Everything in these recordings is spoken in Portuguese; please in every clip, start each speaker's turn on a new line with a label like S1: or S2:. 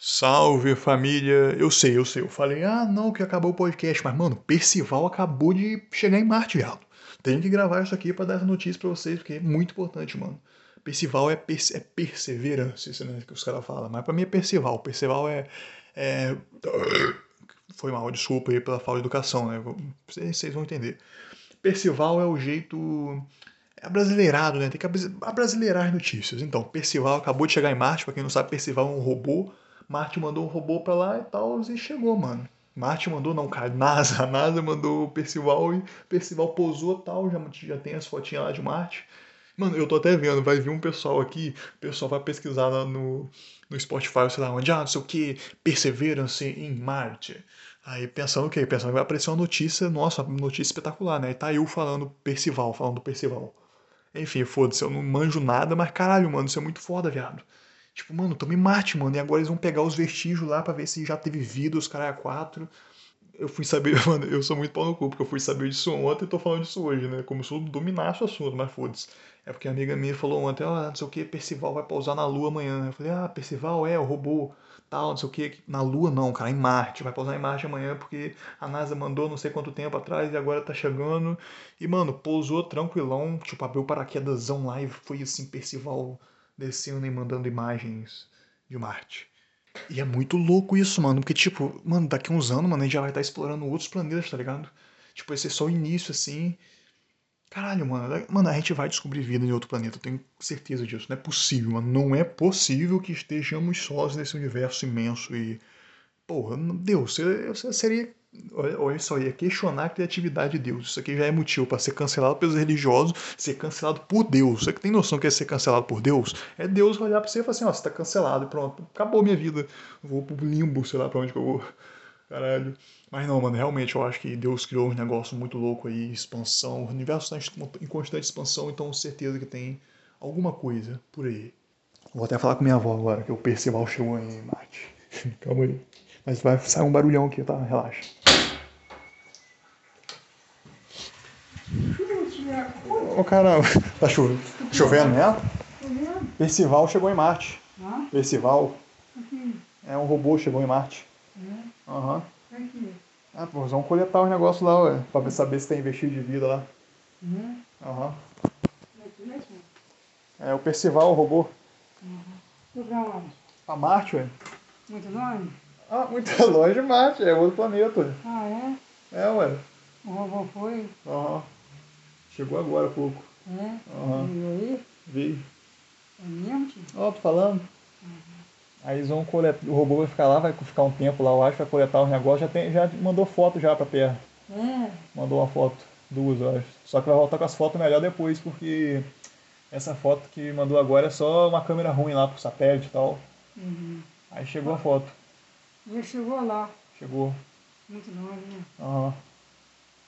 S1: Salve família! Eu sei, eu sei. Eu falei, ah não, que acabou o podcast, mas mano, Percival acabou de chegar em Marte, viado. Tenho que gravar isso aqui pra dar as notícias pra vocês, porque é muito importante, mano. Percival é, perse é perseverança, isso né, que os caras falam, mas pra mim é Percival. Percival é. é... Foi mal, desculpa aí pela falta de educação, né? Vocês vocês vão entender. Percival é o jeito é brasileirado, né? Tem que abras- abrasileirar as notícias. Então, Percival acabou de chegar em Marte, pra quem não sabe, Percival é um robô. Marte mandou um robô pra lá e tal, e chegou, mano. Marte mandou, não, cara, NASA. A NASA mandou o Percival e Percival pousou e tal, já, já tem as fotinhas lá de Marte. Mano, eu tô até vendo, vai vir um pessoal aqui, o pessoal vai pesquisar lá no, no Spotify, sei lá onde, ah, não sei o que, Perseverance em Marte. Aí pensando o quê? Pensando que vai aparecer uma notícia, nossa, uma notícia espetacular, né? E tá eu falando Percival, falando do Percival. Enfim, foda-se, eu não manjo nada, mas caralho, mano, isso é muito foda, viado. Tipo, mano, tome mate, mano. E agora eles vão pegar os vestígios lá pra ver se já teve vida, os caras quatro. Eu fui saber, mano, eu sou muito pau no cu, porque eu fui saber disso ontem e tô falando disso hoje, né? Como se eu dominasse o assunto, mas foda-se. É porque a amiga minha falou ontem, ó, não sei o que, Percival vai pousar na lua amanhã. Eu falei, ah, Percival é, o robô, tal, não sei o que. Na lua não, cara, em Marte. Vai pousar em Marte amanhã porque a NASA mandou não sei quanto tempo atrás e agora tá chegando. E, mano, pousou tranquilão, tipo, abriu o paraquedasão lá e foi assim, Percival descendo e mandando imagens de Marte. E é muito louco isso, mano, porque, tipo, mano, daqui a uns anos, mano, a gente já vai estar explorando outros planetas, tá ligado? Tipo, esse é só o início, assim. Caralho, mano, é, mano, a gente vai descobrir vida em outro planeta, eu tenho certeza disso. Não é possível, mano. Não é possível que estejamos sós nesse universo imenso e. Porra, não- Deus, eu, eu seria. Olha, olha só, ia questionar a criatividade de Deus. Isso aqui já é motivo pra ser cancelado pelos religiosos, ser cancelado por Deus. Você que tem noção que é ser cancelado por Deus? É Deus olhar pra você e falar assim: ó, você tá cancelado, pronto, acabou minha vida. Vou pro limbo, sei lá pra onde que eu vou. Caralho. Mas não, mano, realmente eu acho que Deus criou um negócio muito louco aí, expansão. O universo tá em constante expansão, então certeza que tem alguma coisa por aí. Vou até falar com minha avó agora, que eu percebo que chegou em Marte. Calma aí. Mas vai sair um barulhão aqui, tá? Relaxa. Ô cara, tá chovendo, chovendo né? Percival chegou em Marte.
S2: Hã?
S1: Percival é um robô, chegou em Marte. Aham. Ah, pô, vamos coletar os negócios lá, ué. Pra ver- saber se tem investido de vida lá.
S2: Hum?
S1: Aham. É o Percival, o robô. A Marte, ué.
S2: Muito longe?
S1: Ah, muito longe de Marte, é outro planeta, ué.
S2: Ah, é?
S1: É, ué.
S2: O robô foi?
S1: Aham. Chegou agora há pouco.
S2: É?
S1: Aham.
S2: E aí?
S1: Veio.
S2: É mesmo, tio?
S1: Ó, tô falando. Uhum. Aí eles vão coletar. O robô vai ficar lá, vai ficar um tempo lá, eu acho, vai coletar os negócios. Já, tem, já mandou foto já pra Terra.
S2: É.
S1: Mandou uma foto, duas, eu acho. Só que vai voltar com as fotos melhor depois, porque essa foto que mandou agora é só uma câmera ruim lá pro satélite e tal.
S2: Uhum.
S1: Aí chegou a foto.
S2: E ele chegou lá,
S1: Chegou.
S2: muito longe, né?
S1: Aham.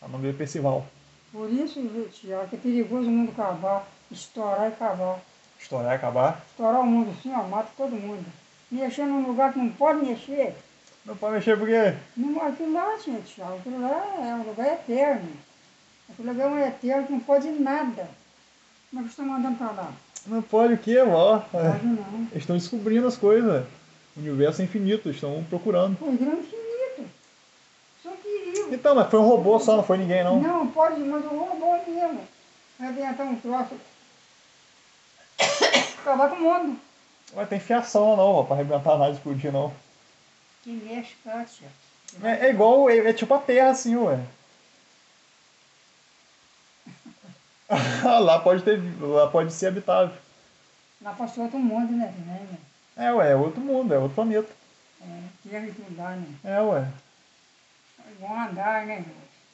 S1: O nome dele é Percival.
S2: Por isso, viu, Tiago, que é perigoso o mundo acabar, estourar e acabar.
S1: Estourar e acabar.
S2: Estourar o mundo assim, ó, mata todo mundo. Mexer num lugar que não pode mexer,
S1: Não pode mexer porque.
S2: não, aquilo lá, tio, Tiago, aquilo lá é um lugar eterno. Aquele lugar é um eterno que não pode nada. Como é que estão mandando pra lá?
S1: Não pode o quê, ó?
S2: Não pode não.
S1: Eles estão descobrindo as coisas. O universo é infinito, eles estão procurando.
S2: Foi é grande infinito. Só perigo.
S1: Então, mas foi um robô só, não foi ninguém não.
S2: Não, pode, mas o robô mesmo. Vai adiantar um troço. Acabar com o mundo.
S1: Mas tem fiação lá não, ó, pra arrebentar nada e explodir não.
S2: Que mexe, Cátia.
S1: É, é igual, é, é tipo a Terra assim, ué. lá pode ter, vi- lá pode ser habitável.
S2: Lá passou outro mundo, né? também, né?
S1: É, ué, é outro mundo, é outro planeta.
S2: É, terra e tudo lá, né?
S1: É, ué.
S2: Vão andar, né?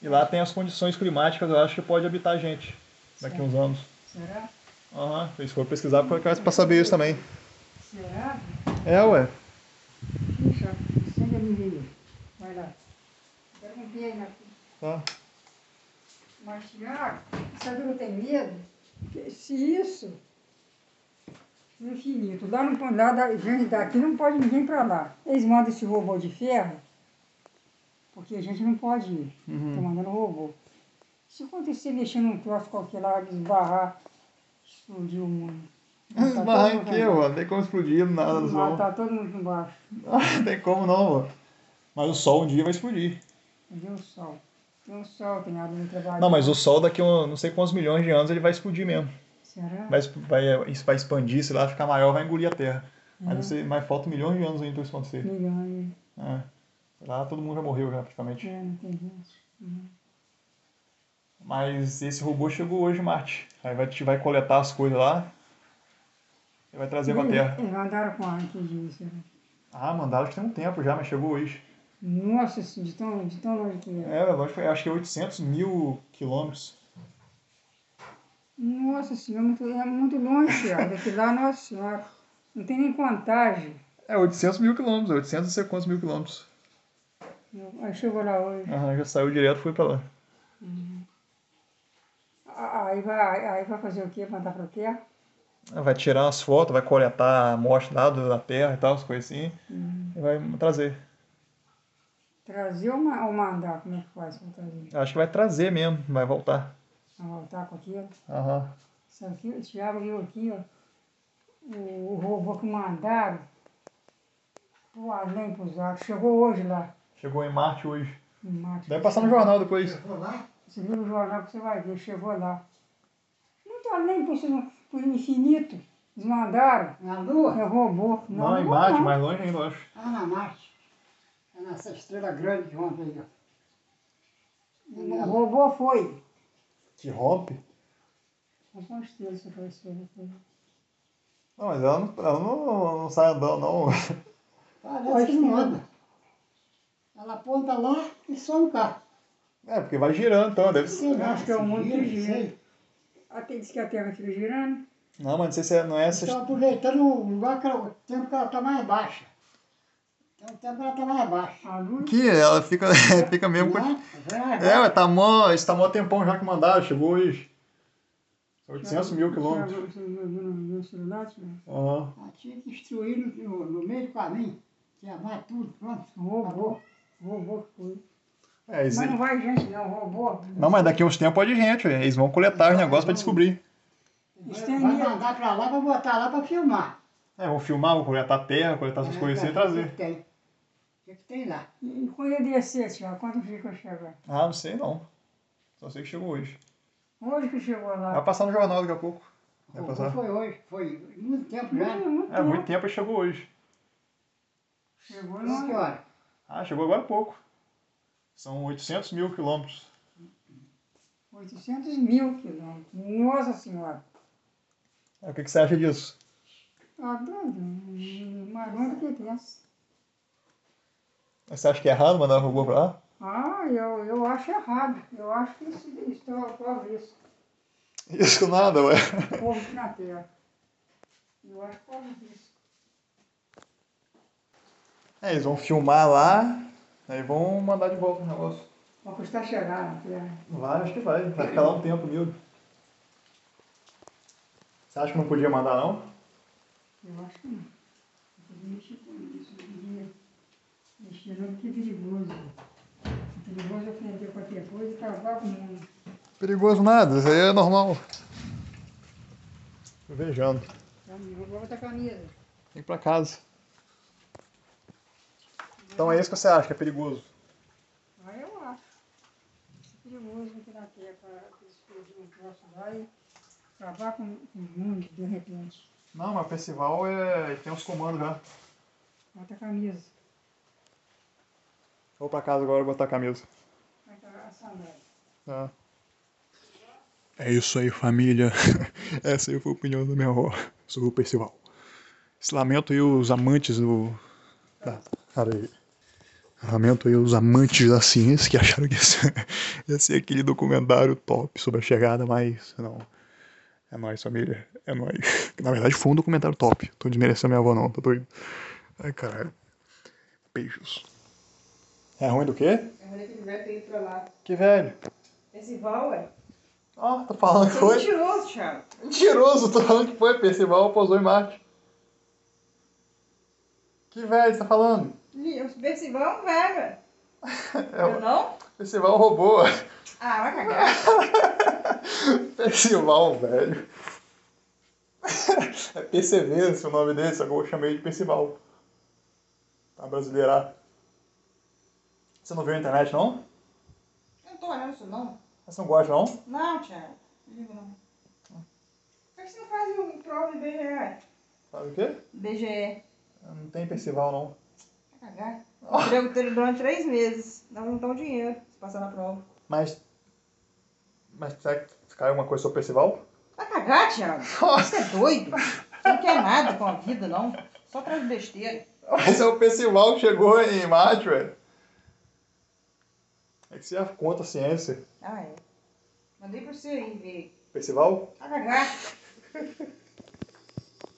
S1: E lá tem as condições climáticas, eu acho que pode habitar gente daqui a uns anos.
S2: Será?
S1: Aham, eles foram pesquisar pra saber isso também.
S2: Será?
S1: É, ué.
S2: Puxa, acende a menina. é Vai lá. Quero um beijo aqui.
S1: Tá.
S2: Mas, Tiago, ah, sabe o que eu tenho medo? Que se isso no infinito, lá não pode, lá da, gente daqui não pode ninguém para lá. Eles mandam esse robô de ferro, porque a gente não pode ir.
S1: Hum.
S2: Estão mandando robô. Se acontecer mexendo num troço qualquer lá, esbarrar, explodir o mundo. Mas tá todo mundo
S1: Barranqueiro, mano. Tem como explodir nada dos
S2: Mas
S1: vão.
S2: tá todo mundo embaixo.
S1: Não tem como não, mano. Mas o sol um dia vai explodir.
S2: Deu o sol. Deu o sol, tem a lua trabalhando.
S1: Não, mas o sol daqui a um- não sei quantos milhões de anos ele vai explodir mesmo.
S2: Será?
S1: Vai, exp- vai, é, isso vai expandir, se lá ficar maior, vai engolir a Terra. Mas, você, mas falta milhões de anos ainda pra isso acontecer.
S2: Milhões.
S1: É. Lá todo mundo já morreu já, praticamente.
S2: É, não tem gente.
S1: Mas esse robô chegou hoje, em Marte. Aí vai, te- vai coletar as coisas lá e vai trazer pra Terra.
S2: Eles andaram É, com a que disso. né?
S1: Ah, mandaram que tem um tempo já, mas chegou hoje.
S2: Nossa, assim, de tão, de tão longe que é.
S1: É, longe, foi- acho que é 800 mil quilômetros.
S2: Nossa senhora, é muito, é muito longe, Thiago. Daqui lá, nossa senhora. Não tem nem contagem.
S1: É, 800 mil quilômetros, 800 e sei quantos mil quilômetros.
S2: Eu- Aí chegou lá hoje.
S1: Aham, já saiu direto, foi pra lá.
S2: A- Aí vai, aí vai fazer o quê? Mandar pra terra?
S1: Ah, Vai tirar as fotos, vai coletar a amostra lá do- da Terra e tal, as coisas assim. E vai trazer.
S2: Hum. Trazer ou, ma- ou mandar? Como é que faz pra trazer?
S1: Acho que vai trazer mesmo, vai voltar.
S2: Vai voltar com aquilo?
S1: Aham.
S2: Sabe aqui, o Thiago viu aqui, ó. O, o robô que mandaram. O além pros arcos. Chegou hoje lá.
S1: Chegou em Marte hoje.
S2: em Marte.
S1: Deve passar no jornal depois.
S2: Você vê o jornal que você vai ver, chegou lá. Muito além por, isso- por infinito. Eles mandaram.
S3: Na Lua?
S2: É robô.
S1: Não, em
S2: robô
S1: Marte,
S2: não. tá.
S1: mais longe ainda, eu acho.
S3: Ah, na Marte. É nessa estrela grande de ontem aí, ó.
S2: O robô foi. É
S1: Que hop?
S2: Com certeza você foi ser.
S1: Não, mas ela não, ela não, não sai andando, não.
S3: Parece que não anda. Ela aponta lá e some cá.
S1: É, porque vai girando, então, deve ser.
S3: Sei lá,
S2: acho que é um
S3: se
S2: monte de
S3: vira,
S2: gente.
S3: sei.
S2: Até disse que a Terra fica girando.
S1: Não, mas não sei se é, não é essa.
S3: Estão aproveitando o lugar que ela, o tempo que ela está mais baixa. Tem um tempo que ela está mais baixa.
S2: A luz. né?
S1: Que ela fica, é, fica mesmo.
S3: Lá,
S1: com-
S3: vem agora.
S1: É, mas tá mó, isso tá mó tempão já que mandaram, chegou hoje. 800 mil quilômetros.
S2: Você viu no meu celular, Thiago?
S1: Aham.
S3: Ela tinha que destruir no, no- no meio do caminho. Queimar tudo, pronto.
S2: Robô. Robô que foi.
S1: É, isso
S2: Mas não vai gente não, robô.
S1: Não, mas daqui a uns tempos pode ir gente, velho. eles vão coletar os negócios pra descobrir.
S3: Vai,
S2: Isso tem
S3: vai
S2: medo.
S3: mandar para lá, vai botar lá para filmar. É,
S1: É, vão filmar, vão coletar terra, coletar essas coisas assim e
S3: O
S1: trazer.
S3: que tem? O que que tem lá?
S2: E e quando eu descer, Thiago, quando fica eu chegar?
S1: Ah, não sei não. Só sei que chegou hoje.
S2: Hoje que chegou lá.
S1: Vai passar no jornal daqui a pouco. Vai
S3: Pô,
S1: passar.
S3: Foi hoje, foi muito tempo já. né?
S2: Muito, muito
S1: É, muito
S2: tempo.
S1: tempo e chegou hoje.
S2: Chegou
S3: Isso que
S2: lá.
S3: hora?
S1: Ah, chegou agora há pouco. São 800 mil quilômetros.
S2: 800 mil quilômetros. Nossa Senhora.
S1: É, o que, que você acha disso?
S2: Tá doido. Marrom que pensa.
S1: Você acha que é errado mandar um robô pra lá?
S2: Ah, eu, eu acho errado. Eu acho que é isso, estou a favor disso.
S1: Isso nada, ué.
S2: Povo na terra. Eu acho que povo disso.
S1: É, eles vão filmar lá, aí vão mandar de volta o negócio.
S2: Vai custar chegar tá na terra.
S1: Vai, acho que vai. Vai ficar lá um tempo, miúdo. Você acha que não podia mandar, não?
S2: Eu acho que não. Eu queria mexer com isso. Eu queria mexer não porque é perigoso. É perigoso ofender qualquer coisa e acabar com o mundo.
S1: Perigoso nada, isso aí é normal. Tô vejando.
S2: Então, Eu vou botar a camisa.
S1: Tem que ir pra casa. Então é isso que você acha que é perigoso?
S2: Mas Ah, eu acho. É perigoso que na terra para explodir um troço lá e acabar com com o mundo de repente.
S1: Não, mas o Percival é... ele tem os comandos já.
S2: Bota a camisa.
S1: Vou pra casa agora botar a camisa.
S2: Vai estar a sandália.
S1: É isso aí, família. Essa aí foi a opinião da minha avó sobre o Percival. Esse lamento aí os amantes do. Da... Cara aí. Lamento aí os amantes da ciência que acharam que ia ser, ia ser aquele documentário top sobre a chegada, mas não. É nóis, família. É nóis. Na verdade, foi um documentário top. Tô desmerecendo minha avó, não. Tô doido. Ai, caralho. Beijos. É ruim do quê?
S4: Eu falei que ele vai ter ido pra lá.
S1: Que velho.
S4: Percival, ué.
S1: Ó, tá falando que
S4: Você é mentiroso, Thiago.
S1: Mentiroso, tô falando que foi, Percival pousou em Marte. Que velho, você tá falando?
S4: Ih, O Percival é um velho, ué.
S1: É,
S4: Eu não?
S1: Percival roubou.
S4: Ah, vai cagar.
S1: Percival, velho. É Perseverança o nome dele, só que eu chamei de Percival. Tá brasileirar. Você não viu na internet, não?
S2: Eu não tô olhando isso, não.
S1: Você não gosta, não?
S2: Não, Thiago. Ligo, não. Por que você não faz o prova do BGE?
S1: Sabe o quê?
S2: BGE.
S1: Não tem Percival, não.
S2: Vai cagar. O emprego dele durante três meses. Não vão dar o dinheiro se passar na prova.
S1: Mas. Mas será que caiu alguma coisa sobre Percival?
S2: Vai cagar, Thiago. Você é doido. Você não quer nada com a vida, não. Só traz besteira.
S1: Mas é o Percival que chegou em Marte, velho. É que você já conta a ciência.
S2: Ah, é. Mandei pra você aí ver.
S1: Percival?
S2: Vai cagar.